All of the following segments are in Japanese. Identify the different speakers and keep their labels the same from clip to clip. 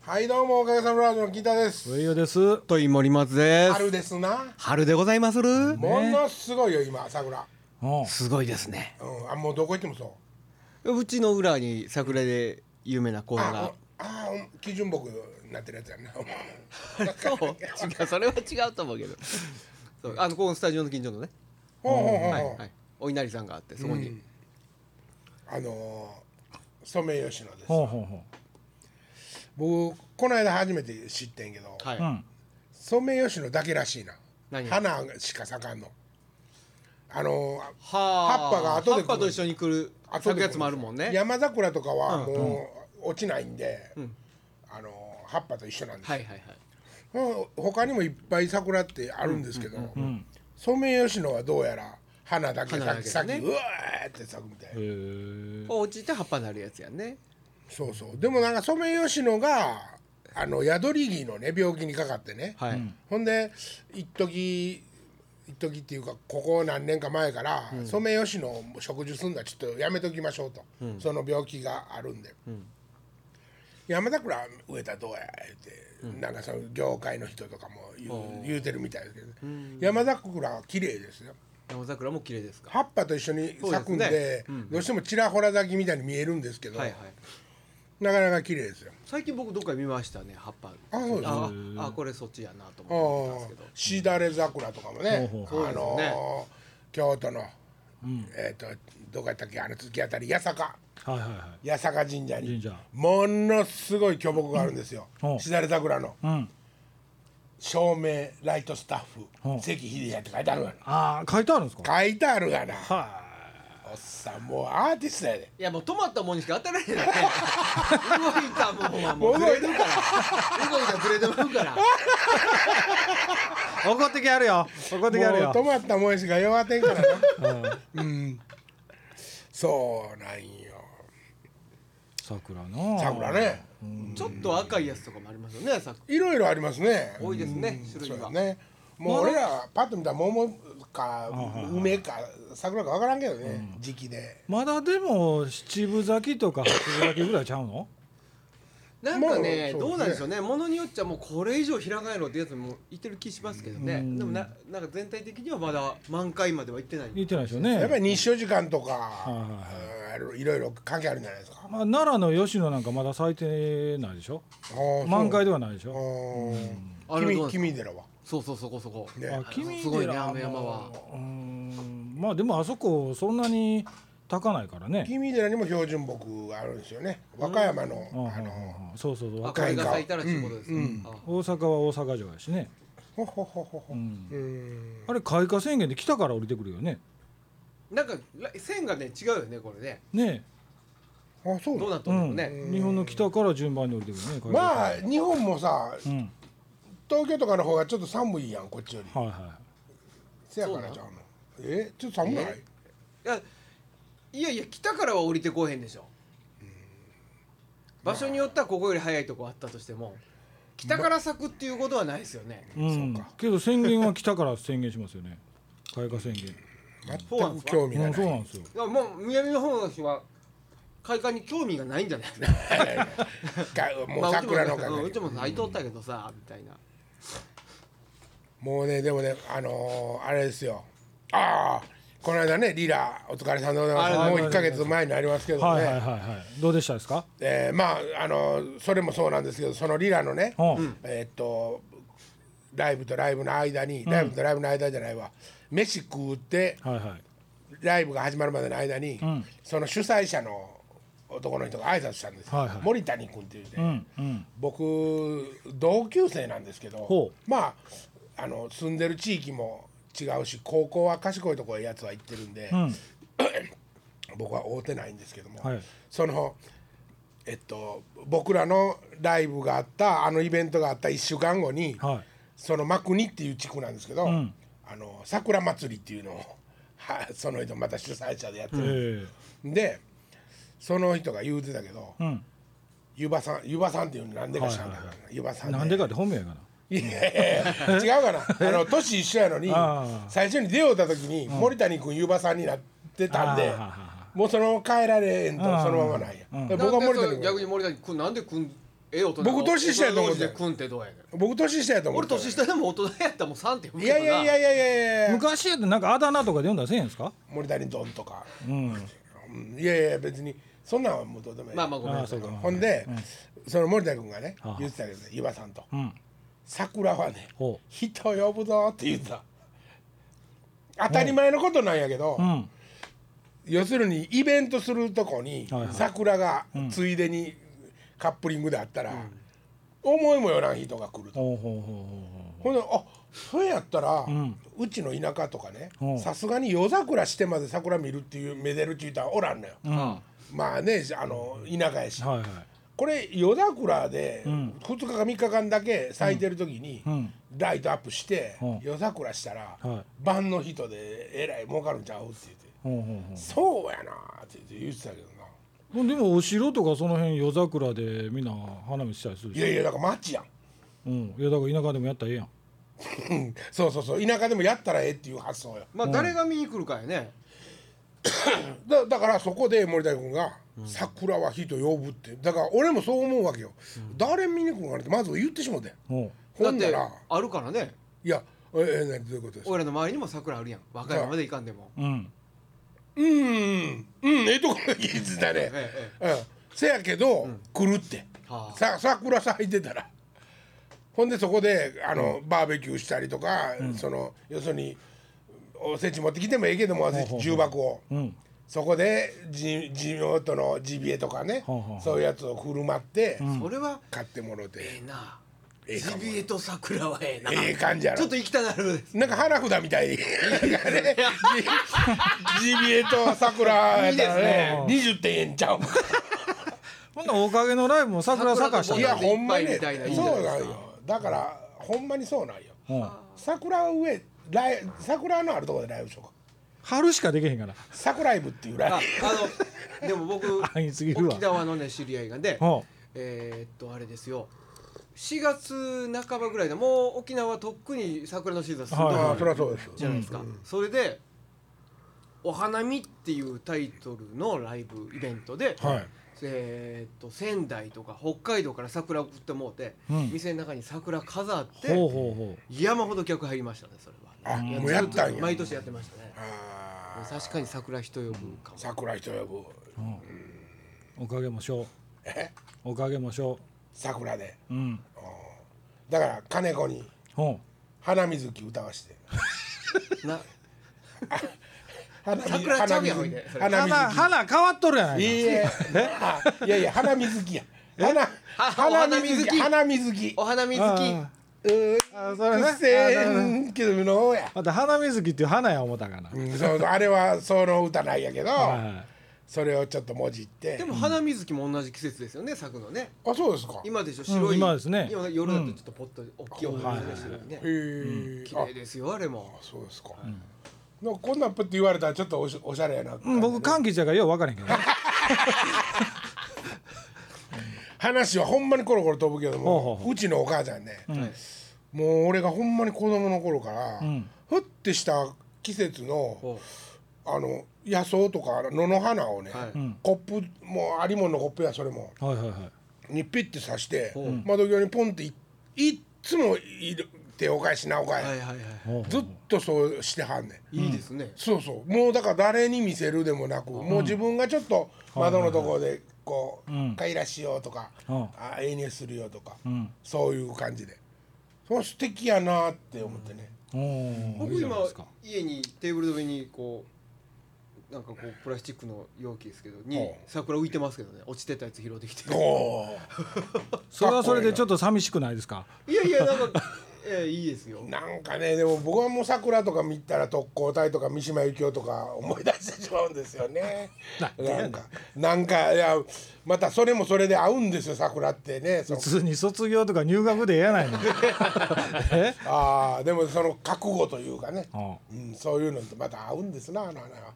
Speaker 1: はいどうもおかげさまラジオのギターです
Speaker 2: 上与です。
Speaker 3: とい森松で
Speaker 1: 春
Speaker 3: す。
Speaker 1: ですな
Speaker 3: 春でございまする。
Speaker 1: ものすごいよ今桜
Speaker 2: おう
Speaker 3: すごいですね。
Speaker 1: うんあもうどこ行ってもそう
Speaker 3: うちの裏に桜で有名な公園
Speaker 1: あ
Speaker 3: が。
Speaker 1: あああ基準木になってるやつやんな
Speaker 3: そう、違う、それは違うと思うけど。そう、あの、このスタジオの近所のね。
Speaker 1: ほうほうほう
Speaker 3: はい、
Speaker 1: ほう
Speaker 3: はい。お稲荷さんがあって、そこに。
Speaker 1: あのーソメイヨシノです
Speaker 2: ほうほうほ
Speaker 1: 僕この間初めて知ってんけど
Speaker 3: は
Speaker 2: う。う
Speaker 3: い。
Speaker 2: ん。
Speaker 1: ソメイヨシノだけらしいな
Speaker 3: 何が
Speaker 1: 花しか咲かんのあのー葉
Speaker 3: 葉
Speaker 1: っぱが後で来る
Speaker 3: 葉っぱと一緒に来る。
Speaker 1: 後で
Speaker 3: 咲くやつもあるもんね。
Speaker 1: 山桜とかはもう落ちないんで、あの葉っぱと一緒なんです、
Speaker 3: はい、はい、はい。
Speaker 1: うん他にもいっぱい桜ってあるんですけど、ソメイヨシノはどうやら花だけ
Speaker 3: 花
Speaker 1: 咲
Speaker 3: だ
Speaker 1: き
Speaker 3: け
Speaker 1: 咲き、
Speaker 3: ね
Speaker 1: うわーって咲くみたいな、
Speaker 3: 落ちて葉っぱになるやつやね。
Speaker 1: そうそうでもなんかソメイヨシノがあの宿り木のね病気にかかってね、
Speaker 3: はい。
Speaker 1: ほんで一時一時っていうかここ何年か前から、ソメイヨシノを植樹するのはちょっとやめときましょうと、その病気があるんで、山桜植えたらどうや言って、なんかその業界の人とかも言う言うてるみたいですけど、山桜は綺麗ですよ
Speaker 3: 山桜も綺麗ですか。
Speaker 1: 葉っぱと一緒に咲くんで
Speaker 3: そうですね
Speaker 1: どうしてもちらほら咲きみたいに見えるんですけど、
Speaker 3: はい、はい。
Speaker 1: なかなか綺麗ですよ。
Speaker 3: 最近僕どっかで見ましたね、葉っぱ。
Speaker 1: あそうです
Speaker 3: あ、あこれそっちやなと思ってたんですけど。
Speaker 1: しだれ桜とかもね、あ
Speaker 3: そうです
Speaker 1: の
Speaker 3: ね
Speaker 1: ー京都の、えっ、とどこやったっけあの月あたり八坂
Speaker 2: はいはいは
Speaker 1: 八坂神社
Speaker 2: 神
Speaker 1: に
Speaker 2: 社
Speaker 1: ものすごい巨木があるんですよ
Speaker 2: うんうん
Speaker 1: しだれ桜の
Speaker 2: い。うん。
Speaker 1: 照明ライトスタ
Speaker 2: う
Speaker 1: ッフ
Speaker 2: ん
Speaker 1: 関秀也って書いてあるが
Speaker 2: ああ、書いてあるんですか。
Speaker 1: な書いてあるがな
Speaker 2: は
Speaker 1: おっさんもうアーティストやで
Speaker 3: いやもう止まったもんにしか当たらへん やん動いたもんはもう
Speaker 1: 動
Speaker 3: 動
Speaker 1: い
Speaker 3: い
Speaker 1: た
Speaker 3: るから動いたらブレてまうから
Speaker 2: い。怒ってきやるよ。怒ってきやる
Speaker 1: もう止
Speaker 2: よ。
Speaker 1: まったもんしか弱てんからなうんそうなんよ
Speaker 2: 桜の。
Speaker 1: 桜。ね
Speaker 3: ちょっと赤いやつとかもありますよねさ
Speaker 1: いろいろありますね
Speaker 3: 多いですね
Speaker 1: うん
Speaker 3: 種類
Speaker 1: そう
Speaker 3: は
Speaker 1: やねもう俺らパッと見たら桃か梅か桜か分からんけどね、時期で
Speaker 2: まだでも、七分咲きとか八分咲きぐらいちゃうの。
Speaker 3: なん
Speaker 1: もうそ
Speaker 3: かね
Speaker 1: うですね
Speaker 3: どうなんでしょうねものによっちゃもうこれ以上開かないのってやつもいってる気しますけどねでもななんか全体的にはまだ満開まではいってない
Speaker 2: 言ってないですよね。
Speaker 1: やっぱり日照時間と
Speaker 2: い
Speaker 1: か、うんいろいろ関係あるんじゃないですか、
Speaker 2: まあ、奈良の吉野なんかまだ咲いてないでしょ
Speaker 1: あーそう
Speaker 2: 満開ではないでし
Speaker 1: あ
Speaker 2: ょ
Speaker 1: ー
Speaker 3: あれはどう
Speaker 1: 君
Speaker 3: です
Speaker 1: 君寺
Speaker 3: か
Speaker 1: は
Speaker 3: そうそうそこそこ
Speaker 1: ね
Speaker 2: あ
Speaker 3: あ
Speaker 2: 君
Speaker 3: すごいねあの山は
Speaker 2: うーんまあでもあそこそんなに咲かないからね
Speaker 1: 君寺にも標準木があるんですよね和歌山の、
Speaker 2: うんうん
Speaker 1: あの、
Speaker 2: うんうんそうそうそう
Speaker 3: あ
Speaker 2: 大
Speaker 3: これが咲いたらっていうことですねあ
Speaker 2: 阪は大阪城やしね
Speaker 1: ほほほほほうん
Speaker 2: あれ開花宣言で北から降りてくるよね
Speaker 3: なんから線がね違うよねこれね
Speaker 2: ね
Speaker 1: あそうな
Speaker 3: どう
Speaker 1: の
Speaker 3: なっ
Speaker 2: え、
Speaker 3: とんだろうね
Speaker 2: うん、日本の北から順番に降りてくるね開花宣言
Speaker 1: まあ日本もさ
Speaker 2: うん
Speaker 1: 東京とかの方がちょっと寒いやんこっちより
Speaker 2: はいは
Speaker 1: せやからちゃうのえちょっと寒ない
Speaker 3: えいやいやいや北からは降りてこうへんでしょ場所によってはここより早いとこあったとしても北から咲くっていうことはないですよね
Speaker 2: い、うん、けど宣言は北から宣言しますよね開花宣言
Speaker 3: そうなん
Speaker 1: 全
Speaker 3: で
Speaker 1: く
Speaker 3: すか
Speaker 1: 興味
Speaker 2: う
Speaker 1: が
Speaker 2: んそう
Speaker 1: な
Speaker 2: ないんですよ
Speaker 3: いやもう南の方の人は開花に興味がないんじゃないですか
Speaker 1: がもう桜のおか
Speaker 3: まあう
Speaker 1: げ
Speaker 3: ち
Speaker 1: で
Speaker 3: も咲いとったけどさみたいな
Speaker 1: もうねでもねあのーあれですよああこの間ねリラお疲れさんでございます
Speaker 2: あれ
Speaker 1: もう1か月前になりますけどね、
Speaker 2: はいはいはいはいどうでしたですか
Speaker 1: えーまああのーそれもそうなんですけどそのリラのね、
Speaker 2: うん
Speaker 1: えーっとライブとライブの間にライブとライブの間じゃないわ飯食うって
Speaker 2: はいはい
Speaker 1: ライブが始まるまでの間に、その主催者の男の人が挨拶したんですよ、
Speaker 2: はいはい
Speaker 1: 森谷君っていうね、
Speaker 2: うんうん
Speaker 1: 僕同級生なんですけど
Speaker 2: ほ
Speaker 1: まああの住んでる地域も違うし高校は賢いところへやつは行ってるんで、
Speaker 2: ん
Speaker 1: 僕は会うてないんですけども、
Speaker 2: はい
Speaker 1: そのえっと僕らのライブがあったあのイベントがあった1週間後に、
Speaker 2: はい
Speaker 1: そのマクニっていう地区なんですけど、
Speaker 2: ん
Speaker 1: あの桜祭りっていうのを はその人また主催者でやってる、
Speaker 2: え
Speaker 1: でその人が言うてたけど
Speaker 2: えうん
Speaker 1: 湯葉さん湯葉さんっていうのなんでか知らんけど湯葉さん
Speaker 2: なんでかって本名やから
Speaker 1: いやいやいや違うかなあの年一緒やのに
Speaker 2: ああ
Speaker 1: 最初に出会うた時に森谷君湯葉さんになってたんで
Speaker 2: ああは
Speaker 1: もうその変えられへんとそのままなんやで僕は
Speaker 3: なん
Speaker 1: 森
Speaker 3: でそ
Speaker 1: 谷
Speaker 3: う逆に
Speaker 1: 君
Speaker 3: 森田にくんなんでくんええ大人
Speaker 1: 僕年下やと思って
Speaker 3: 大人同士で組んってどうやねん
Speaker 1: 僕年下やと思っ
Speaker 3: 俺
Speaker 1: てた
Speaker 3: 年下でも大人やったらもう3.5
Speaker 1: いやいやいやいやいやいや
Speaker 2: 昔やってなんかあだ名とかで呼んだらせえへんですか
Speaker 1: 森谷ドンとか、
Speaker 2: うん
Speaker 1: うんいやいや別にそんなんはもうどうでもいい、
Speaker 3: まあまあごめん
Speaker 2: あ
Speaker 3: な
Speaker 2: あ
Speaker 3: さ
Speaker 2: そ
Speaker 3: いう
Speaker 2: か
Speaker 1: ほんで、その森田君がね
Speaker 2: はあ
Speaker 1: 言ってたけどね岩さんと
Speaker 2: うん
Speaker 1: 「桜はね
Speaker 2: ほ
Speaker 1: 人呼ぶぞ」って言ってた当たり前のことなんやけど、
Speaker 2: ううん
Speaker 1: 要するにイベントするとこに
Speaker 2: はいはい
Speaker 1: 桜がついでにカップリングであったら、思いもよらん人が来ると、
Speaker 2: ほうほうほうほ
Speaker 1: ほんであそれやったら、うんちの田舎とかね
Speaker 2: うん
Speaker 1: さすがに夜桜してまで桜見るっていうめでるっていう人はおらんのよ、
Speaker 2: ううんは
Speaker 1: まあねあの田舎やし、
Speaker 2: いはい
Speaker 1: これ夜桜で2日か3日間だけ咲いてる時に
Speaker 2: うん
Speaker 1: ライトアップして
Speaker 2: うん
Speaker 1: 夜桜したら
Speaker 2: は
Speaker 1: 晩の人でえらい儲かるんちゃうって言って
Speaker 2: ほうほうほ
Speaker 1: 「
Speaker 2: う
Speaker 1: そうやな」って言ってたけどな
Speaker 2: ほんでもお城とかその辺夜桜でみんな花見したりする
Speaker 1: い
Speaker 2: し、
Speaker 1: やいやだから街やん
Speaker 2: うん、いやだから田舎でもやったらええやん
Speaker 1: うんそうそうそう田舎でもやったらええっていう発想よ
Speaker 3: まあ誰が見に来るかやね
Speaker 1: だだからそこで森田君が「桜は人呼ぶ」ってだから俺もそう思うわけよ誰見に来るのかなってまず言ってしもうてん
Speaker 2: ほ
Speaker 1: ほ
Speaker 3: だっ
Speaker 1: んな
Speaker 3: て
Speaker 1: ら
Speaker 3: あるからね
Speaker 1: 「いやええ何どういうことですか
Speaker 3: 俺らの周りにも桜あるやん若いまでいかんでも
Speaker 2: ううん
Speaker 1: うんうんええところに言ってたね
Speaker 3: ええ
Speaker 1: うんせやけど、来るって
Speaker 3: はあ
Speaker 1: さ桜咲いてたらほんでそこであの、バーベキューしたりとか、その要するにおせち持ってきてもええけどもおせち重箱を、
Speaker 2: うん
Speaker 1: そこで地地元のジビエとかね、
Speaker 2: ほうほう
Speaker 1: そういうやつを振る舞って、
Speaker 3: それは
Speaker 1: 買ってもろうて
Speaker 3: ええな
Speaker 1: ええ
Speaker 3: ジ
Speaker 1: かも
Speaker 3: ビエと桜はええな
Speaker 1: ええ感じやろ
Speaker 3: ちょっと行きたなるです
Speaker 1: なんか花札みた いになんかねジジビエと桜やったらね
Speaker 2: い
Speaker 1: 20点ちゃう
Speaker 2: ほんならおかげのライブも桜咲かした
Speaker 1: い
Speaker 2: んだ
Speaker 1: や
Speaker 2: よ
Speaker 1: ほんまに
Speaker 3: いっぱいみたいないいじゃない
Speaker 1: そうな
Speaker 3: ですか
Speaker 1: んよだからほんまにそうなんよ
Speaker 2: うん
Speaker 1: 桜上ライ桜のあるところでライブしようか
Speaker 2: 春しかできへんから
Speaker 1: 桜イブっていうライ
Speaker 3: あ
Speaker 1: ブ
Speaker 3: あのでも 僕
Speaker 2: 安易すぎるわ
Speaker 3: 沖縄のね知り合いがね
Speaker 2: ほ
Speaker 3: えーっとあれですよ4月半ばぐらいでもう沖縄はとっくに桜のシーズン進んで
Speaker 2: はい
Speaker 1: あ
Speaker 2: は
Speaker 1: あ
Speaker 2: い
Speaker 1: そりゃそうです
Speaker 3: じゃないですか、それで「お花見」っていうタイトルのライブイベントで、
Speaker 1: はい
Speaker 3: えーっと仙台とか北海道から桜送ってもうて、
Speaker 2: うん
Speaker 3: 店の中に桜飾って
Speaker 2: うほうほうほ
Speaker 3: 山ほど客入りましたねそれは
Speaker 1: あ
Speaker 3: い
Speaker 1: もうやったんや
Speaker 3: 毎年やってましたね
Speaker 1: あー
Speaker 3: 確かに桜人呼ぶかも、
Speaker 1: 桜人呼ぶ
Speaker 2: うおかげもしょう
Speaker 1: え
Speaker 2: おかげもしょ
Speaker 1: 桜で
Speaker 2: ううん
Speaker 1: だから金子に
Speaker 2: ほ
Speaker 1: 花水木歌わして
Speaker 3: な
Speaker 1: 花水
Speaker 3: 桜ちゃうやんほい
Speaker 1: 花水
Speaker 3: でそ
Speaker 1: 木
Speaker 3: れ
Speaker 2: う
Speaker 1: 花水
Speaker 2: 花花変わっとるやない
Speaker 1: 木い
Speaker 2: か
Speaker 1: いえあいやいや花水木や花
Speaker 3: お
Speaker 1: 花
Speaker 3: 花
Speaker 1: 水
Speaker 3: 水
Speaker 1: 木
Speaker 3: 木
Speaker 1: 花水木
Speaker 3: お花見好き
Speaker 2: あ
Speaker 1: うー
Speaker 2: あそれね
Speaker 1: くせえんけどのや
Speaker 2: また花水木っていう花や思ったかな
Speaker 1: うんそうそうあれはその歌なんやけど
Speaker 2: はいはい
Speaker 1: それをちょっともじって
Speaker 3: でも花水木も同じ季節ですよね咲くのね
Speaker 1: あそうですか
Speaker 3: 今でしょ白い、
Speaker 2: 今ですね
Speaker 3: 今夜だとちょっとポッと大きいお花見がしてるよね、
Speaker 1: へえ
Speaker 3: 綺
Speaker 1: あ
Speaker 3: 麗ですよあれも
Speaker 1: そうですかなんかこんなんぷって言われたらちょっとおしおしゃれやな
Speaker 2: うん僕歓喜じゃからよう分からへんけどね
Speaker 1: 話はほんまにコロコロ飛ぶけど
Speaker 2: ほうほう
Speaker 1: も
Speaker 2: ほう
Speaker 1: うちのお母ちゃんね
Speaker 3: はい
Speaker 1: もう俺がほんまに子供の頃から
Speaker 2: ん
Speaker 1: ふってした季節の
Speaker 3: お
Speaker 1: あの野草とか野の花をね
Speaker 3: はい
Speaker 1: コップもうありもんのコップやそれも
Speaker 2: はいはいはい
Speaker 1: にピッて刺して
Speaker 3: ほう
Speaker 1: 窓際にポンっていいっつもいる手お返しなお返し
Speaker 3: はいはいはい
Speaker 2: ほう
Speaker 1: ずっとそうしてはんねん
Speaker 3: いいですね、
Speaker 1: そうそうもうだから誰に見せるでもなく、もう自分がちょっと窓のところでこう「かいらしよう」とか
Speaker 2: うん
Speaker 1: 「あええ匂いするよ」とか、
Speaker 2: ん
Speaker 1: そういう感じでそう素敵やなって思ってね、
Speaker 2: ほういい
Speaker 3: 僕
Speaker 2: じゃ
Speaker 3: 今
Speaker 2: ないですか
Speaker 3: 家にテーブルの上にこうなんかこうプラスチックの容器ですけどに
Speaker 1: ほう
Speaker 3: 桜浮いてますけどね落ちてたやつ拾ってきて
Speaker 1: おお
Speaker 2: それはそれでちょっと寂しくないですか
Speaker 3: いやいやなんか、 えー、いいですよ
Speaker 1: なんかねでも僕はもう桜とか見たら特攻隊とか三島由紀夫とか思い出してしまうんですよね なんかなんかいやまたそれもそれで合うんですよ桜ってねそ
Speaker 2: 普
Speaker 1: の
Speaker 2: 通に卒業とか入学でええやない のえ
Speaker 1: あーでもその覚悟というかね、
Speaker 2: うん
Speaker 1: うん、そういうのとまた合うんですなあの花は。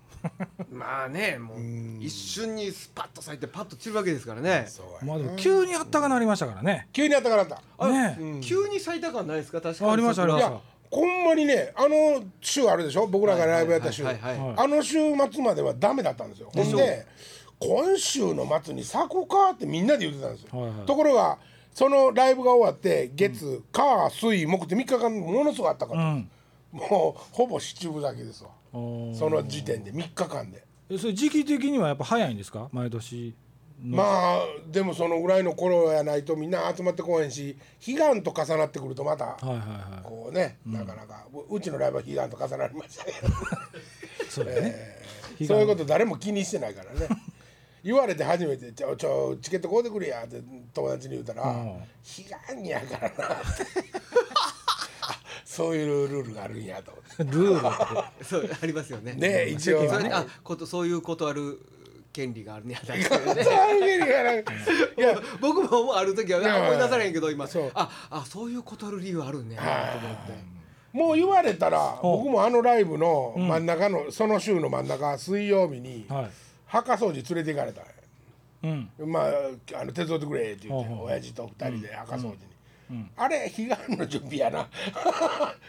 Speaker 3: まあねもう一瞬にスパッと咲いてパッと散るわけですからね
Speaker 1: そう
Speaker 2: まあでも急にあったかなりましたからね
Speaker 1: 急にあったからだ
Speaker 3: あれ
Speaker 2: ねえ
Speaker 3: 急に咲いた感ないですか確かに
Speaker 2: ありましたあり
Speaker 1: い
Speaker 2: ました
Speaker 1: やほんまにねあの週あるでしょ僕らがライブやった週
Speaker 3: はいはいはい
Speaker 2: はい
Speaker 1: あの週末まではダメだったんですよほんで今週の末に咲くかってみんなで言ってたんですよ、
Speaker 2: はいはい
Speaker 1: ところがそのライブが終わって月火水木って3日間ものすごくあったか
Speaker 2: う
Speaker 1: ら、
Speaker 2: ん
Speaker 1: もうほぼ七分だけですわ
Speaker 2: おー
Speaker 1: その時点で3日間で
Speaker 2: えそれ時期的にはやっぱ早いんですか毎年の
Speaker 1: まあでもそのぐらいの頃やないとみんな集まってこうへんし悲願と重なってくるとまた
Speaker 2: はいはいは
Speaker 1: こうね、なかなかううちのライブは悲願と重なりましたけど
Speaker 2: いそうだね、悲願
Speaker 1: そういうこと誰も気にしてないからね言われて初めて「ちょちょチケット買うてくれや」って友達に言うたら
Speaker 2: うん
Speaker 1: 「悲願やからな」あ そういうルールがあるんやと思って
Speaker 2: ルールって
Speaker 3: そうありますよね
Speaker 1: ね一応
Speaker 3: それで
Speaker 1: は
Speaker 3: あ
Speaker 1: い
Speaker 3: ことそういう断る権利があるねだってね
Speaker 1: そういう意味がない いや
Speaker 3: 僕ももうある時は
Speaker 1: なあ
Speaker 3: あ思い出されへんけど今
Speaker 1: そう
Speaker 3: ああそういう断る理由あるねと思って
Speaker 1: もう言われたら僕もあのライブの真ん中の、その週の真ん中水曜日に
Speaker 2: はい
Speaker 1: 墓掃除連れて行かれたんや
Speaker 2: うん
Speaker 1: まああの手伝ってくれって言って
Speaker 2: ほうほう
Speaker 1: 親父と二人で墓掃除に、あれ悲願の準備やな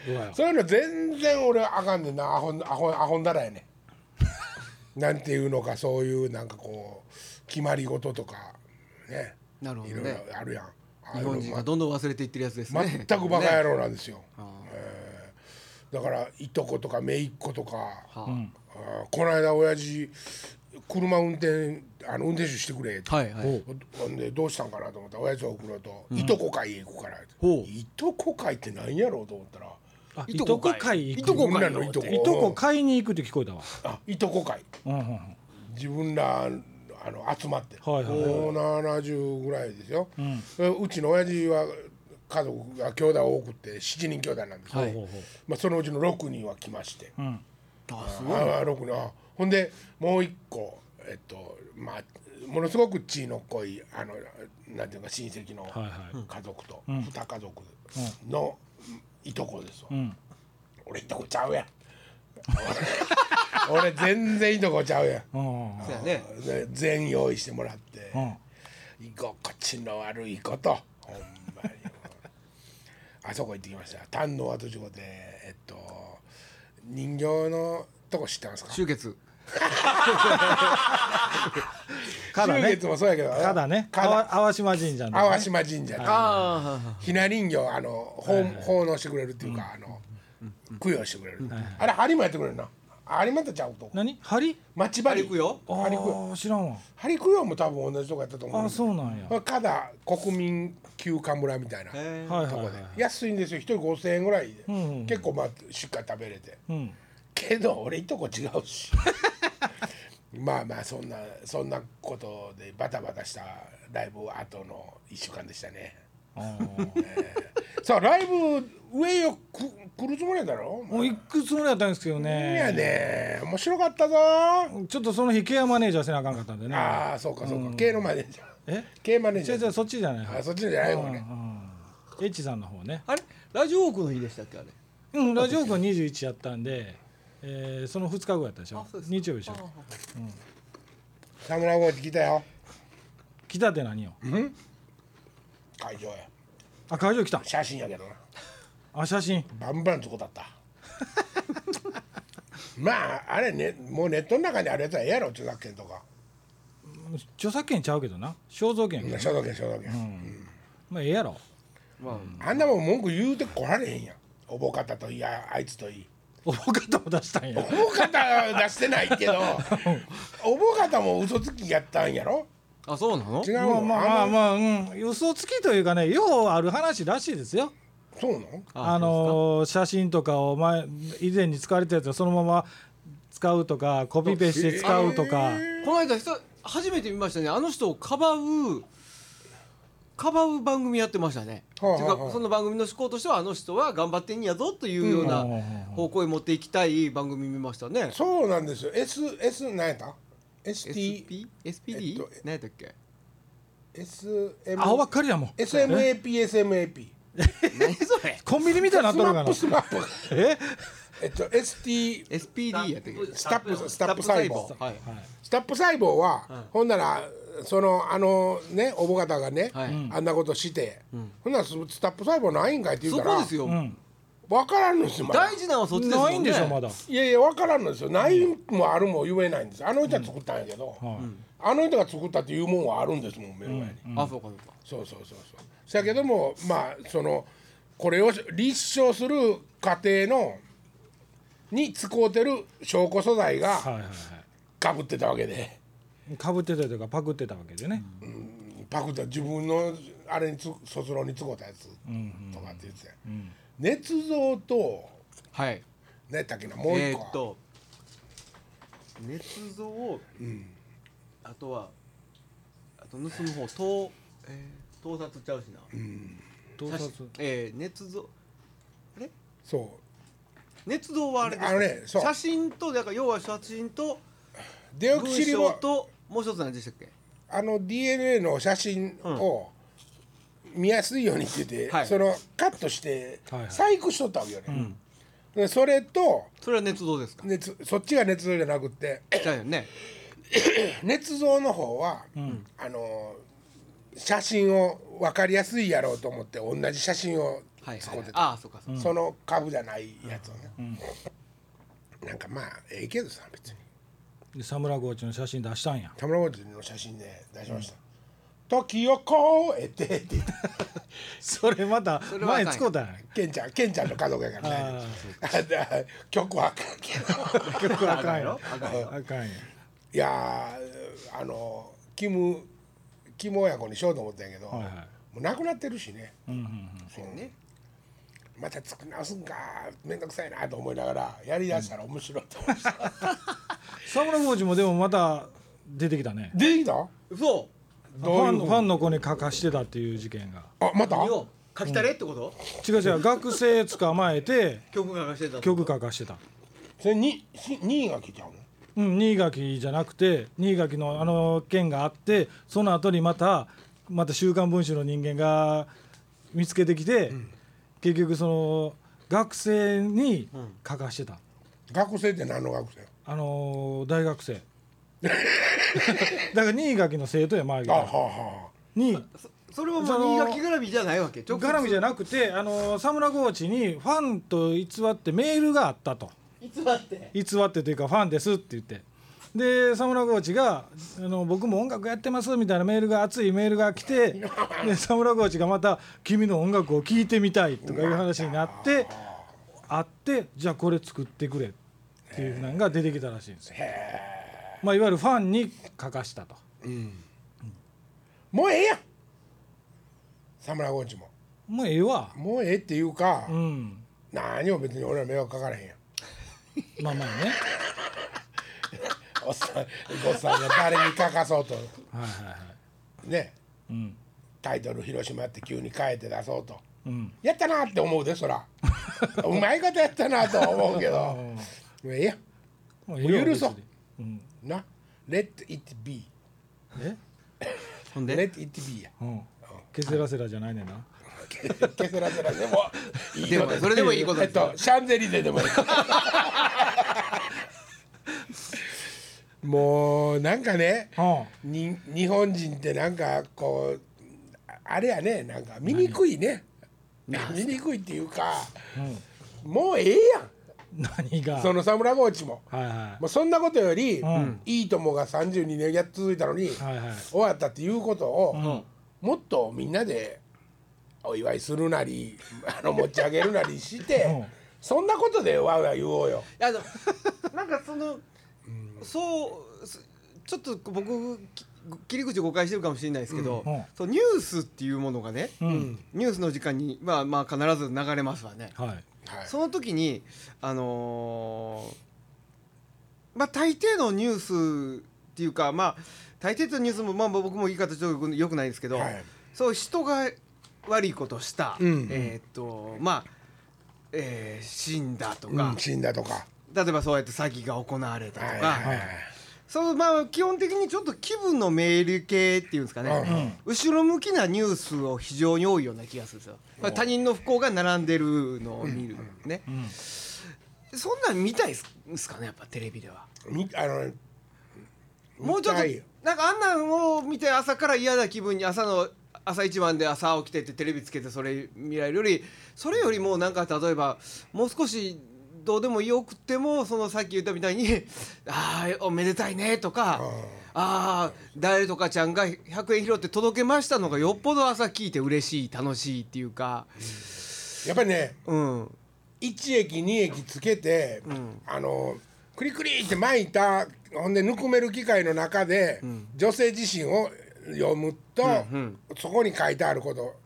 Speaker 2: うわよ
Speaker 1: そういうの全然俺あかんねんなアホんアホアホんだらやねんなんていうのかそういうなんかこう決まり事とかね
Speaker 3: なるほど
Speaker 1: いろい
Speaker 3: ね
Speaker 1: ろあるやんああい
Speaker 3: 日
Speaker 1: うの
Speaker 3: 本人がどんどん忘れていってるやつです
Speaker 1: ま
Speaker 3: ね
Speaker 1: 全くバカ
Speaker 3: ね
Speaker 1: 野郎なんですよ、
Speaker 3: あ
Speaker 1: えーだからいとことか姪っ子とか、
Speaker 3: あは
Speaker 1: あーこの間親父車運転あの運転手してくれって
Speaker 3: あはいはい
Speaker 1: ほんでどうしたんかなと思ったら親父を送ろうと、いとこ会へ行くからって
Speaker 3: ほう
Speaker 1: いとこ会って何やろうと思ったら
Speaker 2: あ
Speaker 3: い
Speaker 2: い
Speaker 3: と
Speaker 2: と
Speaker 3: こ
Speaker 2: こ
Speaker 3: 会
Speaker 2: 会
Speaker 3: い
Speaker 2: 行
Speaker 3: と
Speaker 2: く
Speaker 3: こ
Speaker 1: みん
Speaker 3: 会
Speaker 1: な
Speaker 3: よ
Speaker 1: のいとこ
Speaker 2: いとこ買いに行くって聞こえたわ
Speaker 1: あいとこ会
Speaker 2: うんうんうん
Speaker 1: 自分らあの集まって、
Speaker 2: はいはいはい
Speaker 1: もう70ぐらいですよ、うんうちの親父は家族が兄弟多くて7人兄弟なんですけど、
Speaker 3: はい
Speaker 2: ほうほう
Speaker 1: まあ、そのうちの6人は来まして、
Speaker 2: うん
Speaker 3: あすごい
Speaker 1: ああ六人あほんでもう一個えっとまあものすごく血の濃いあのなんていうか親戚の
Speaker 2: はいはい
Speaker 1: 家族と二家族のいとこですわ、
Speaker 2: ん
Speaker 1: 俺いとこちゃうやん 俺全然いとこちゃうやん
Speaker 2: うん
Speaker 3: そうやね
Speaker 1: で全用意してもらって、
Speaker 2: うん
Speaker 1: 居心地の悪いことほんまにあそこ行ってきました丹野跡地でえっと人形のとこ知ってますか
Speaker 3: 集結
Speaker 2: か
Speaker 1: 中
Speaker 2: だね
Speaker 1: 月もそうやけどね
Speaker 2: かだね
Speaker 1: かだ
Speaker 2: あわ淡島神社のね
Speaker 1: 淡島神社で
Speaker 3: ああ
Speaker 1: ひな人形あの奉奉納してくれるっていうかあの供養してくれるあれ針もやってくれるな針またちゃうと
Speaker 2: 何針
Speaker 1: 待ち針
Speaker 3: 針供養
Speaker 2: あ
Speaker 1: 針供養
Speaker 2: ー知らんわ
Speaker 1: 針供養も多分同じとこやったと思うん
Speaker 2: あ
Speaker 1: だけど
Speaker 2: そうなんや
Speaker 1: まあ加だ国民休暇村みたいな
Speaker 3: へえ
Speaker 2: はい
Speaker 1: と
Speaker 2: は
Speaker 1: こ
Speaker 2: いは
Speaker 1: で
Speaker 2: い
Speaker 1: 安いんですよ一人5,000円ぐらいで
Speaker 2: んうん
Speaker 1: 結構まあしっかり食べれて
Speaker 2: うん
Speaker 1: けど俺いとこ違うし まあまあそんなそんなことでバタバタしたライブ後の1週間でしたね
Speaker 2: あー
Speaker 1: さあライブ上よく来るつもりやだろ
Speaker 2: もう行くつもりだったんですけど
Speaker 1: いや
Speaker 2: ね
Speaker 1: ね面白かったぞ
Speaker 2: ちょっとその日ケアマネージャーせなあかんかったんでね
Speaker 1: ああそうかそうか K のマネージャー
Speaker 2: え
Speaker 1: K マネージ
Speaker 2: じゃ
Speaker 1: ャ
Speaker 2: あじゃ
Speaker 1: ー
Speaker 2: あそっちじゃない
Speaker 1: あそっちじゃない方ね
Speaker 2: うんエッチさんの方ね
Speaker 3: あれラジオオークの日でしたっけあれ
Speaker 2: うんラジオ君21やったんでえーその2日後やったでしょ
Speaker 3: あそうです
Speaker 2: 日曜日でし
Speaker 3: あ
Speaker 2: ょ
Speaker 1: サムラゴーチ来たよ
Speaker 2: 来たって何よ
Speaker 1: 会場や
Speaker 2: あ会場来た
Speaker 1: 写真やけどな
Speaker 2: あ写真
Speaker 1: バンバンとこだった まああれねもうネットの中にあるやつはええやろ著作権とか
Speaker 2: 著作権ちゃうけどな肖像権やけど
Speaker 1: 所得権所得権、
Speaker 2: まあええやろ
Speaker 3: まあ
Speaker 1: あんなもん文句言うてこられへんやんおぼかたといいああいつといい
Speaker 2: おぼかたも出したんや
Speaker 1: おぼかたは出してない けどおぼかたも嘘つきやったんやろ
Speaker 3: あそうなの
Speaker 1: 違う
Speaker 2: まあ
Speaker 1: の
Speaker 2: まあまあ
Speaker 1: の
Speaker 2: まあうん嘘つきというかねようある話らしいですよ
Speaker 1: そうなの
Speaker 2: あのー写真とかを前以前に使われたやつをそのまま使うとかコピペして使うとか、
Speaker 3: この間久初めて見ましたねあの人をかばうかばう番組やってましたね、
Speaker 1: はあはあはあ
Speaker 3: ていうかその番組の思考としてはあの人は頑張ってんやぞというような
Speaker 2: うん
Speaker 3: 方向へ持っていきたい番組見ましたね、
Speaker 1: そうなんですよ SS 何やった ?ST
Speaker 3: SP SPD、
Speaker 1: えっと
Speaker 3: 何やったっけ
Speaker 1: SM
Speaker 2: 青ばっかりやもん
Speaker 1: SMAP SMAP
Speaker 3: 何それ
Speaker 2: コンビニみたいになっ
Speaker 1: ス
Speaker 2: とる
Speaker 1: マッ
Speaker 2: かな
Speaker 1: プスマップ
Speaker 2: え
Speaker 1: えっと ST
Speaker 3: SPD やったっけ
Speaker 1: スタップスタップ細胞
Speaker 3: はい、
Speaker 1: スタップ細胞は、ほんならそのあのねおぼ方がね、
Speaker 3: はい
Speaker 1: あんなことして、ほんならススタップ細胞ないんかいって言う
Speaker 3: そ
Speaker 1: から
Speaker 3: こですよ、
Speaker 2: うん
Speaker 1: 分からんのですよ、まだ
Speaker 3: 大事なのはそっちですもんね
Speaker 2: ないんでしょまだ
Speaker 1: いやいや分からんのですよないもあるも言えないんですあの人は作ったんやけど、
Speaker 2: はい
Speaker 1: あの人が作ったっていうもんはあるんですもん目の前に、
Speaker 3: あそうかそう
Speaker 1: そ
Speaker 3: か
Speaker 1: うそうそうそうそやけどもまあそのこれを立証する過程のに使うてる証拠素材
Speaker 2: はい
Speaker 1: が
Speaker 2: はいは
Speaker 1: かぶってたわけで、
Speaker 2: いかぶってたりとかパクってたわけでね、
Speaker 1: パクった自分のあれにつ卒論に使うたやつとかって言ってたやん、捏造と
Speaker 3: はい
Speaker 1: 何やったっけなもう一
Speaker 3: え
Speaker 1: 個は、
Speaker 3: ーっと捏造を
Speaker 1: うん、
Speaker 3: あとはあと盗む方盗、えー、盗撮ちゃうしな
Speaker 2: 盗
Speaker 3: 確
Speaker 2: 撮
Speaker 3: えー、捏造
Speaker 1: そう
Speaker 3: 捏造はあれですか
Speaker 1: あのねそう
Speaker 3: 写真とだから要は写真と
Speaker 1: デオキ
Speaker 3: 文
Speaker 1: シリ
Speaker 3: 章
Speaker 1: ボ
Speaker 3: ともう一つ何でしたっけ
Speaker 1: あの DNA の写真を見やすいようにって言って、
Speaker 3: はい
Speaker 1: そのカットして
Speaker 2: はいはい
Speaker 1: 細工しとったわけよね、でそれと
Speaker 3: それは捏造ですか
Speaker 1: ねつそっちが捏造じゃなくて
Speaker 3: だよね
Speaker 1: 捏造の方は、あの写真を分かりやすいやろうと思って同じ写真を
Speaker 3: はいは
Speaker 1: 使っ
Speaker 3: い、はい
Speaker 1: て、た、
Speaker 3: ああそうかそうか、
Speaker 1: その株じゃないやつをね、なんかまあええけどさ別に
Speaker 2: でサムラコーチの写真出したんや
Speaker 1: 田村コーチの写真で出しました「時を超えて」 って言って
Speaker 2: それまた
Speaker 3: それはあかん
Speaker 2: 前
Speaker 3: や
Speaker 2: 使うたんや
Speaker 1: ケンちゃんケンちゃんの家族やからね
Speaker 2: あ
Speaker 1: あだ曲はあかんけど
Speaker 2: 曲あかんよ
Speaker 3: あかんよ
Speaker 2: あかんや
Speaker 1: いやーあのキムキム親子にしようと思ったんやけど、
Speaker 2: はいはい
Speaker 1: もう亡くなってるしね
Speaker 2: うんうんうん
Speaker 3: そうね
Speaker 1: また作り直すんか面倒くさいなと思いながらやりだしたら面白いと思いま した、
Speaker 2: サムラコーチもでもまた出てきたね
Speaker 1: でいいの
Speaker 3: そ
Speaker 2: ファンファンの子に書かしてたっていう事件が
Speaker 1: あま
Speaker 3: う
Speaker 1: た
Speaker 3: 何を書きたれってこと、
Speaker 2: 違う違う学生捕まえて
Speaker 3: 曲書かしてた
Speaker 2: 曲書かしてた
Speaker 1: それにし2位が来ちゃうの
Speaker 2: うん、新垣じゃなくて新垣のあの件があってその後にまたまた「週刊文春」の人間が見つけてきて、結局その学生に書かしてた、
Speaker 1: 学生って何の学生
Speaker 2: あのー大学生だから新垣の生徒や前
Speaker 1: あはあ
Speaker 2: が
Speaker 1: は
Speaker 2: に
Speaker 3: そそれはもう新垣絡みじゃないわけ直接
Speaker 2: 絡みじゃなくてあのー沢村コーチにファンと偽ってメールがあったと。
Speaker 3: いつだって
Speaker 2: 偽ってというかファンですって言ってで沢村コーチがあの「僕も音楽やってます」みたいなメールが熱いメールが来て で沢村コーチがまた「君の音楽を聴いてみたい」とかいう話になってあってじゃあこれ作ってくれっていうなんが出てきたらしいんですよ。まあ、いわゆるファンに書かしたと。
Speaker 1: あもうええやんサムラゴンチも
Speaker 2: もうええわ。
Speaker 1: もうええっていうか、
Speaker 2: うん。
Speaker 1: 何を別に俺ら迷惑かからへんやん
Speaker 2: まあまあね。
Speaker 1: おっさんごっさんが誰に書か そうと
Speaker 2: はいはいはい。
Speaker 1: ね
Speaker 2: うん。
Speaker 1: タイトル広島って急に変えて出そうと
Speaker 2: うん。
Speaker 1: やったなって思うでそら うまいことやったなとは 思うけどもうええやん
Speaker 2: もうええわ
Speaker 1: 許そう
Speaker 2: 別にうん。
Speaker 1: な Let it be
Speaker 2: え
Speaker 3: ほんで
Speaker 1: Let it be や
Speaker 2: うん。ケセラセラじゃないねんな。
Speaker 1: ケセラセラでもいい
Speaker 3: でもそれでもいいこと
Speaker 1: え
Speaker 3: で
Speaker 1: っ
Speaker 3: すよ
Speaker 1: とシャンゼリゼでもいいもうなんかね
Speaker 2: うん。
Speaker 1: に日本人ってなんかこうあれやねなんか醜いね醜いっていうか
Speaker 2: うん
Speaker 1: もうええ
Speaker 2: 何
Speaker 1: や
Speaker 2: が
Speaker 1: んその侍コーチも
Speaker 2: はいは
Speaker 1: もうそんなことより、
Speaker 2: ん
Speaker 1: いいともが32年やっ続いたのに、
Speaker 2: いはいはい
Speaker 1: 終わったっていうことを、もっとみんなでお祝いするなりあの持ち上げるなりして、
Speaker 2: うん
Speaker 1: そんなことでわーわー言おうよ。
Speaker 3: あの なんかその、そうすちょっと僕き切り口誤解してるかもしれないですけど、
Speaker 2: うんうん
Speaker 3: そうニュースっていうものがね、
Speaker 2: うん
Speaker 3: ニュースの時間にまあまあ必ず流れますわね、
Speaker 2: はい
Speaker 1: はい
Speaker 3: その時にあのーまあ大抵のニュースっていうかまあ大抵のニュースもまあ僕も言い方ちょっとよくないですけど、
Speaker 1: はい
Speaker 3: そう人が悪いことした、
Speaker 1: うん
Speaker 3: えーっとまあ、えー死んだと
Speaker 1: う
Speaker 3: か
Speaker 1: ん、、死んだとか。
Speaker 3: 例えばそうやって詐欺が行われたと
Speaker 1: はい
Speaker 3: か、
Speaker 1: はい
Speaker 3: そのまあ基本的にちょっと気分のメール系っていうんですかね、
Speaker 1: うんうん
Speaker 3: 後ろ向きなニュースを非常に多いような気がするんですよ、まあ、他人の不幸が並んでるのを見るね、そんなん見たいですかねやっぱテレビでは。
Speaker 1: みあの
Speaker 3: もうちょっ
Speaker 1: 見
Speaker 3: と
Speaker 1: たいよ
Speaker 3: なんかあんなんを見て朝から嫌な気分に朝の朝一番で朝起きてってテレビつけてそれ見られるよりそれよりもなんか例えばもう少しどうでもよくてもそのさっき言ったみたいに 「ああおめでたいね」とか「ああ誰とかちゃんが100円拾って届けました」のがよっぽど朝聞いて嬉しい楽しいっていうか
Speaker 1: やっぱりね
Speaker 3: うん
Speaker 1: 1駅2駅つけて、あのクリクリって巻いたほんでぬくめる機械の中で、女性自身を読むと、そこに書いてあること、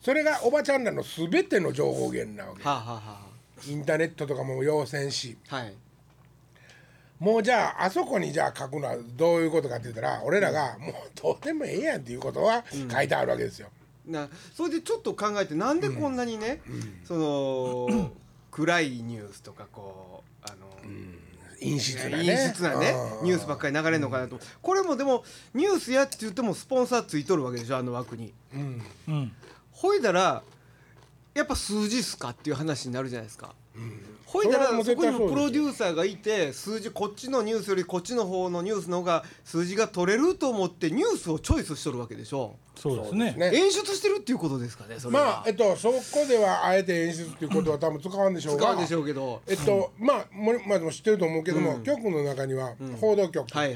Speaker 1: それがおばちゃんらの全ての情報源なわけ
Speaker 3: はあ、はあは
Speaker 1: インターネットとかも要せんし
Speaker 3: あ、はい
Speaker 1: もうじゃああそこにじゃあ書くのはどういうことかって言ったら俺らがもうどうでもええやんっていうことは書いてあるわけですよ。
Speaker 3: なそれでちょっと考えてなんでこんなにね、そ の暗いニュースとかこうあの、
Speaker 1: 陰湿なね
Speaker 3: 陰湿なね
Speaker 1: うん
Speaker 3: ニュースばっかり流れるのかなと、これもでもニュースやって言ってもスポンサーついとるわけでしょあの枠に
Speaker 2: うん
Speaker 3: ほいだらやっぱ数字っすかっていう話になるじゃないですか、ほいだ
Speaker 1: それはも
Speaker 3: ら
Speaker 1: う
Speaker 3: そ
Speaker 1: 絶
Speaker 3: こに
Speaker 1: 対そうです
Speaker 3: も
Speaker 1: よ
Speaker 3: プロデューサーがいて数字こっちのニュースよりこっちの方のニュースの方が数字が取れると思ってニュースをチョイスしとるわけでしょ
Speaker 2: そうですね
Speaker 1: ね
Speaker 3: 演出してるっていうことですかねそれは
Speaker 1: まあえっとそこではあえて演出っていうことは多分使わんでしょう
Speaker 3: 使
Speaker 1: が
Speaker 3: うんでしょうけど
Speaker 1: えっと、まあもまあでも知ってると思うけども、局の中には報道局とバ
Speaker 3: は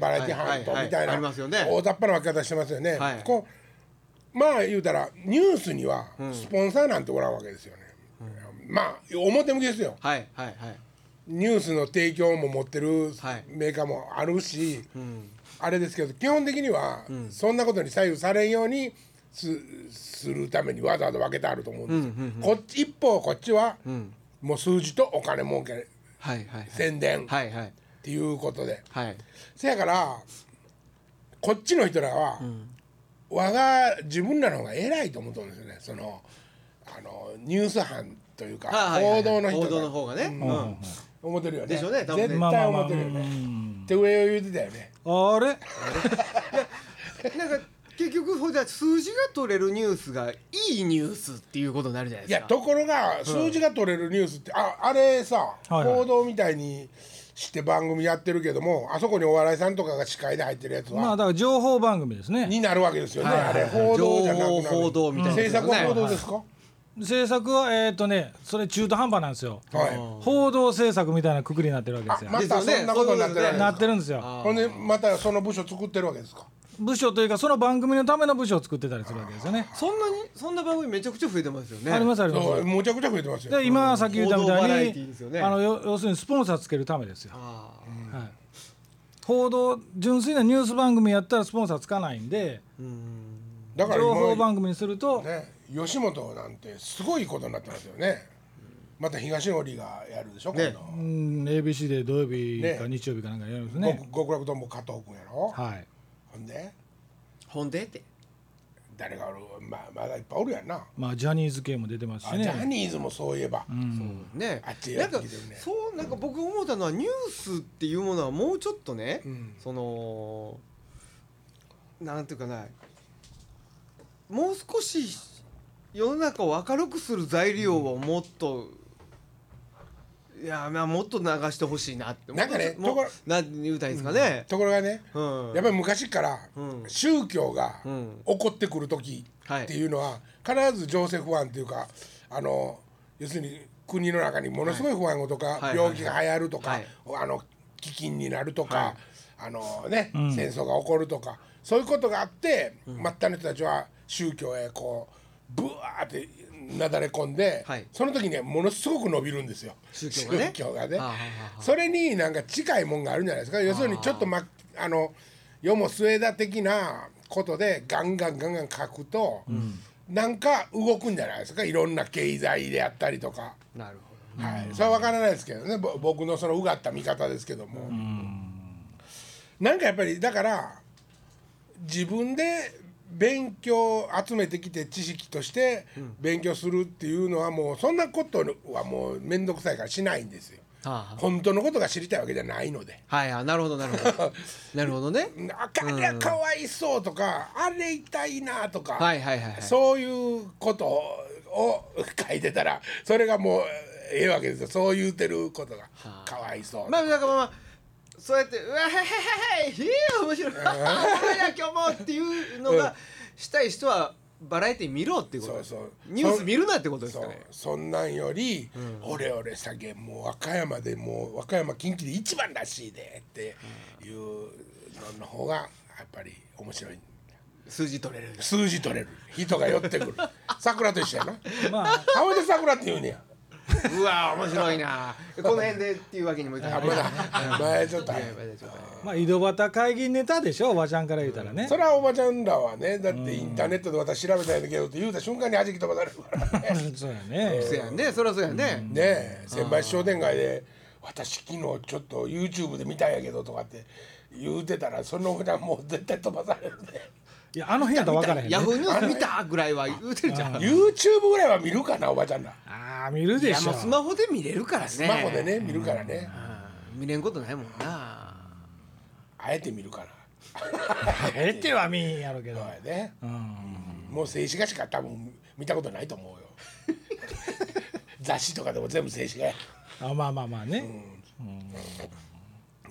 Speaker 1: ラエ
Speaker 3: い
Speaker 1: テ
Speaker 3: はいはい
Speaker 1: ィ班とみた
Speaker 3: はいはい
Speaker 1: い
Speaker 3: はいあ
Speaker 1: な
Speaker 3: りますよね
Speaker 1: 大雑把な分け方してますよね、
Speaker 3: はい
Speaker 1: こうまあ言うたらニュースにはスポンサーなんておらんわけですよね、まあ表向きですよ
Speaker 3: はいはいはい
Speaker 1: ニュースの提供も持ってる
Speaker 3: はい
Speaker 1: メーカーもあるし、あれですけど基本的にはそんなことに左右されんようにすするためにわざわざ分けてあると思うんですよ、こっち一方こっちは、もう数字とお金儲け
Speaker 3: はいはい
Speaker 1: 宣伝っ
Speaker 3: はいはい
Speaker 1: ていうことで
Speaker 3: はい
Speaker 1: せやからこっちの人らは、我が自分らの方が偉いと思ったんですよねそのあのニュース班というか、
Speaker 3: はいはいは
Speaker 1: 報
Speaker 3: い
Speaker 1: 道の人
Speaker 3: 報道
Speaker 1: が
Speaker 3: の方がね、
Speaker 2: うん
Speaker 3: うん
Speaker 1: 思ってるよね
Speaker 3: でしょうね多分ね
Speaker 1: 絶対思ってるよ
Speaker 2: まあまあまあう
Speaker 1: ね
Speaker 2: ん
Speaker 1: って上を言ってたよね
Speaker 2: あれ
Speaker 3: なんか結局ほいだ数字が取れるニュースがいいニュースっていうことになるじゃない
Speaker 1: い
Speaker 3: です
Speaker 1: や
Speaker 3: か。
Speaker 1: ところが数字が取れるニュースって、ああれさ、
Speaker 2: はいはい
Speaker 1: 報道みたいにして番組やってるけどもあそこにお笑いさんとかが司会で入ってるやつは、
Speaker 2: まあだから情報番組ですね
Speaker 1: になるわけですよね、
Speaker 3: はいはいはい
Speaker 1: あれ報道じゃなくなる
Speaker 3: 情報報道みたいな
Speaker 1: 制作は報道ですか、
Speaker 2: 制作はえっ、とねそれ中途半端なんですよ
Speaker 1: はい
Speaker 2: 報道制作みたいなくくりになってるわけですよ、
Speaker 1: あまたそんなことになってるわけです
Speaker 2: な
Speaker 1: か
Speaker 2: ってるんですよ
Speaker 1: ほんでまたその部署作ってるわけですか
Speaker 2: 部署というかその番組のための部署を作ってたりするわけですよね
Speaker 3: そんなにそんな番組めちゃくちゃ増えてますよね。。
Speaker 2: ありますすありま
Speaker 1: そう
Speaker 2: す
Speaker 1: むちゃくちゃ増えてますよ
Speaker 2: で今さっき言ったみ
Speaker 3: 報道バラ
Speaker 2: た
Speaker 3: エ
Speaker 2: い
Speaker 3: ティーですよ
Speaker 2: に、
Speaker 3: ね
Speaker 2: あのよ要するにスポンサーつけるためですよ、
Speaker 3: あ
Speaker 2: はい、報道純粋なニュース番組やったらスポンサーつかないんで
Speaker 1: だから
Speaker 2: 情報
Speaker 1: 今、
Speaker 2: 番組にすると、
Speaker 1: ね、吉本なんてすごいことになってますよねまた東のりがやるでしょ、
Speaker 3: ね
Speaker 1: 今
Speaker 2: うん ABC で土曜日か
Speaker 1: ね
Speaker 2: 日曜日かなんかやります
Speaker 1: 度、
Speaker 2: ね
Speaker 1: 極極楽とんぼ加藤君やろ、
Speaker 2: はい
Speaker 1: ほんで
Speaker 3: あ。ほんでって。
Speaker 1: 誰がおる、まあ、まだいっぱいおるやんな、
Speaker 2: まあジャニーズ系も出てますし
Speaker 1: あジャ
Speaker 2: ね
Speaker 1: ニーズもそういえば、
Speaker 3: そうね
Speaker 1: あっちへ
Speaker 3: なんか
Speaker 1: やってきてるね
Speaker 3: そうなんか僕思ったのはニュースっていうものはもうちょっとね、
Speaker 1: ん
Speaker 3: そのなんていうかなもう少し世の中を明るくする材料をもっと、いやまあもっと流してほしいなって
Speaker 1: なんかね
Speaker 3: も
Speaker 1: と
Speaker 3: う
Speaker 1: ころ
Speaker 3: なん言うたらいいんですかね、
Speaker 1: ところがね、
Speaker 3: うん
Speaker 1: やっぱり昔から
Speaker 3: うん
Speaker 1: 宗教が
Speaker 3: うん
Speaker 1: 起こってくる時っていうのは必ず情勢不安っていうかあの要するに国の中にものすごい不安とか
Speaker 3: はい
Speaker 1: 病気が流行るとか
Speaker 3: はい
Speaker 1: あの飢饉になると
Speaker 3: は
Speaker 1: か
Speaker 3: い
Speaker 1: あのね戦争が起こるとかそういうことがあって末端の人たちは宗教へこうブワーってなだれ込んで
Speaker 3: はい
Speaker 1: その時にはものすごく伸びるんですよ
Speaker 3: 宗教がね
Speaker 1: 宗教がね
Speaker 3: はあはあはあ
Speaker 1: それになんか近いもんがあるんじゃないですか要するにちょっと、ま、あの世も末だ的なことでガンガンガンガン書くと、なんか動くんじゃないですかいろんな経済であったりとか、
Speaker 3: なるほど
Speaker 1: はい、それは分からないですけどねぼ僕のそのうがった見方ですけども、なんかやっぱりだから自分で勉強集めてきて知識として勉強するっていうのはもうそんなことはもう面倒くさいからしないんですよ。
Speaker 3: は
Speaker 1: 本当のことが知りたいわけじゃないので。
Speaker 3: あ、はいあなるほどなるほど なるほどね
Speaker 1: ああれはかわいそうとか、あれ痛いなとか、
Speaker 3: はいはいはいはい
Speaker 1: そういうことを書いてたらそれがもうええわけですよそう言うてることが
Speaker 3: あ
Speaker 1: かわいそう、
Speaker 3: まあなんかまあまあそうやって「うわへへへへへいい面白いあや今日も」っていうのがしたい人はバラエティ見ろっていうこと
Speaker 1: そうそう
Speaker 3: ニュース見るなってことです
Speaker 1: そ
Speaker 3: か
Speaker 1: う
Speaker 3: ね
Speaker 1: そんなんより、俺俺詐欺もう和歌山でもう和歌山近畿で一番らしいでっていうのの方がやっぱり面白い
Speaker 3: 数字取れる
Speaker 1: 数字取れる人が寄ってくる桜と一緒やな
Speaker 2: まあ
Speaker 1: 青で桜って言うねや
Speaker 3: うわ面白いなこの辺でっていうわけにもいかな
Speaker 1: あ
Speaker 3: い
Speaker 1: まだ前ちょっとある
Speaker 2: まあ井戸端会議ネタでしょおばちゃんから言うたらね
Speaker 1: それはおばちゃんらはねだってインターネットで私調べたんだけどって言うた瞬間に弾き飛ばされるからねね
Speaker 2: そうやね
Speaker 3: そうやねそりゃそうやね
Speaker 1: え先輩商店街で私昨日ちょっと YouTube で見たんやけどとかって言うてたらそのおばちゃんもう絶対飛ばされるで
Speaker 2: いやあの辺やったら分からへんね
Speaker 3: ヤフーニュース見たぐらいは言うてるじゃん
Speaker 1: YouTube ぐらいは見るかなおばちゃんら
Speaker 2: ああ見るで
Speaker 3: いや
Speaker 2: しょ
Speaker 3: もうスマホで見れるからね
Speaker 1: スマホでね見るからね
Speaker 3: うん見れんことないもんな
Speaker 1: あえて見るから
Speaker 2: えっては見んやろうけど
Speaker 1: そうやね
Speaker 2: うん
Speaker 1: もう静止画しか多分見たことないと思うよ雑誌とかでも全部静止画や
Speaker 2: あまあまあまあね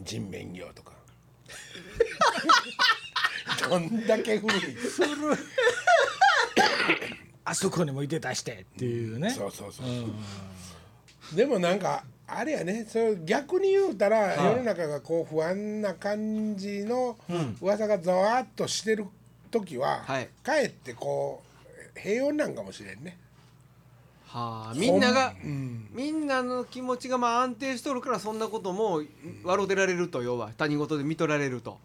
Speaker 1: 人面魚とか どんだけ古い
Speaker 2: あそこにもいてたしてっていうね
Speaker 1: そうそうそう、でもなんかあれやねそれ逆に言うたら世の中がこう不安な感じの噂がざわっとしてる時は、
Speaker 3: はい
Speaker 1: かえってこう平穏なんかもしれんね
Speaker 3: はあみんながみんなの気持ちがまあ安定しとるからそんなことも笑うてられると要は他人事で見とられると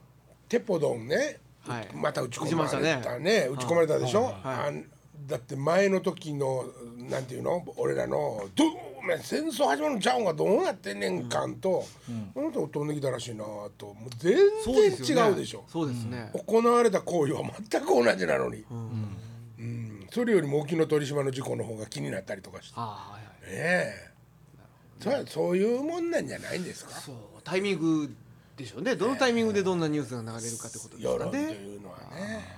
Speaker 1: テポドンね、
Speaker 3: はい
Speaker 1: また打ち込
Speaker 3: 打ちまし
Speaker 1: ま
Speaker 3: た
Speaker 1: れ
Speaker 3: ね
Speaker 1: たね打ち込まれたでしょ、
Speaker 3: はい
Speaker 1: あんだって前の時のなんていうの俺らの「どうお前戦争始まるんちゃうんかどうなってんねんかん」と「あなた飛んできたらしいな」ともう全然違うでしょ
Speaker 3: そうですね
Speaker 1: 行われた行為は全く同じなのに、うんそれよりも沖ノ鳥島の事故の方が気になったりとかしてね
Speaker 3: ああはいはい
Speaker 1: えそりゃそういうもんなんじゃないんですか
Speaker 3: そうタイミングでしょうねどのタイミングでどんなニュースが流れるかってことです
Speaker 1: 世
Speaker 3: か
Speaker 1: 論と
Speaker 3: ね
Speaker 1: いうのはね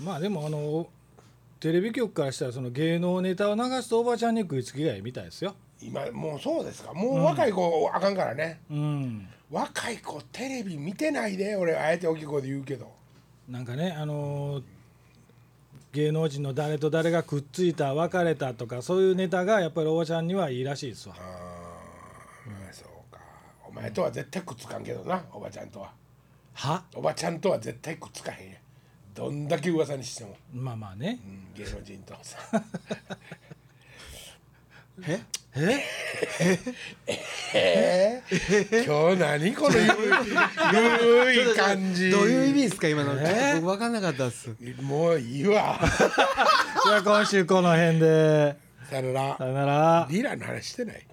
Speaker 2: まあでもあのテレビ局からしたらその芸能ネタを流すとおばちゃんに食いつきがいいみたいですよ
Speaker 1: 今もうそうですかもう若い子あかんからね、
Speaker 2: うん
Speaker 1: 若い子テレビ見てないで俺あえて大きい声で言うけど
Speaker 2: なんかねあのー芸能人の誰と誰がくっついた別れたとかそういうネタがやっぱりおばちゃんにはいいらしいですわ
Speaker 1: あーまあそうかお前とは絶対くっつかんけどなおばちゃんとは
Speaker 2: は
Speaker 1: おばちゃんとは絶対くっつかへんやどんだけ噂にしても、
Speaker 2: まあまあね
Speaker 1: うん、芸能人とさ
Speaker 3: え
Speaker 2: え
Speaker 1: えー、今日何このゆるいゆるい感じ
Speaker 3: どういう意味ですか今の
Speaker 2: え
Speaker 3: 僕分かんなかったっす
Speaker 1: もういいわ
Speaker 2: じゃあ今週この辺で
Speaker 1: さよな
Speaker 2: さ
Speaker 1: ら
Speaker 2: よなら
Speaker 1: リラの話してない